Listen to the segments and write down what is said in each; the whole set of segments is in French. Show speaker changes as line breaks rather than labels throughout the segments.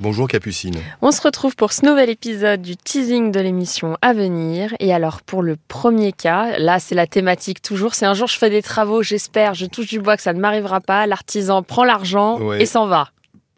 Bonjour Capucine.
On se retrouve pour ce nouvel épisode du teasing de l'émission à venir. Et alors pour le premier cas, là c'est la thématique toujours, c'est un jour je fais des travaux, j'espère, je touche du bois que ça ne m'arrivera pas, l'artisan prend l'argent
Ouais.
et s'en va.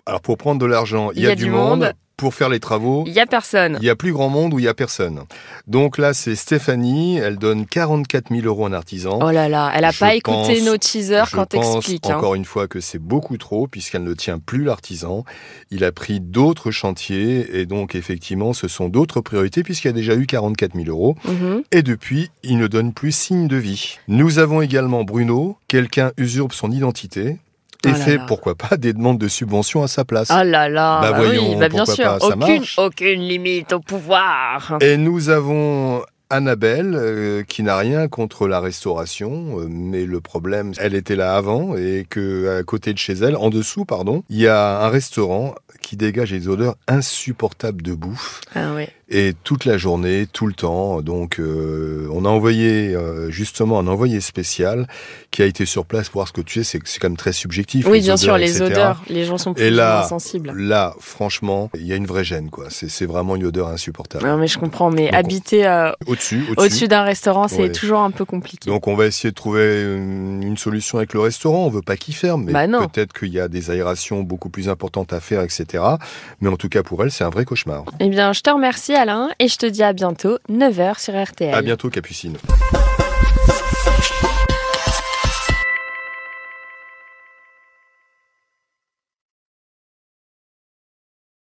Alors pour prendre de l'argent, il y, a du monde. Pour faire les travaux,
il y a personne.
il y a plus grand monde ou il y a personne. Donc là, c'est Stéphanie. Elle donne 44 000 euros en artisan.
Oh là là, elle a
Je
pas écouté
pense-
nos teasers
Je
quand
pense
t'expliques. hein.
encore une fois que c'est beaucoup trop puisqu'elle ne tient plus l'artisan. Il a pris d'autres chantiers et donc effectivement ce sont d'autres priorités puisqu'il y a déjà eu 44 000 euros
Mhm.
et depuis il ne donne plus signe de vie. Nous avons également Bruno, quelqu'un usurpe son identité et
Oh là
fait
là.
pourquoi pas des demandes de subvention à sa place.
Oh là là,
Bah
oui,
voyons,
bah bien
pourquoi
sûr,
pas, ça
aucune,
marche.
aucune limite au pouvoir.
Et nous avons Annabelle euh, qui n'a rien contre la restauration, euh, mais le problème, elle était là avant et que à côté de chez elle, en dessous, pardon, il y a un restaurant qui dégage des odeurs insupportables de bouffe
Ah oui.
et toute la journée, tout le temps. Donc, euh, on a envoyé euh, justement un envoyé spécial qui a été sur place pour voir ce que tu sais. C'est c'est quand même très subjectif.
Oui, bien sûr, les
etc..
odeurs, les gens sont plus
Et
ou
là-
moins sensibles.
Là, franchement, il y a une vraie gêne, quoi. C'est c'est vraiment une odeur insupportable.
Non mais je comprends, mais
Donc, on-
habiter euh,
Au-dessus, au-dessus.
Au-dessus d'un restaurant, c'est
Ouais.
toujours un peu compliqué.
Donc on va essayer de trouver une une solution avec le restaurant. On veut pas qu'il ferme, mais
Bah non.
peut-être qu'il y a des aérations beaucoup plus importantes à faire, etc. Mais en tout cas pour elle, c'est un vrai cauchemar.
eh bien, je te remercie Alain et je te dis à bientôt, 9h sur RTL.
À bientôt, Capucine.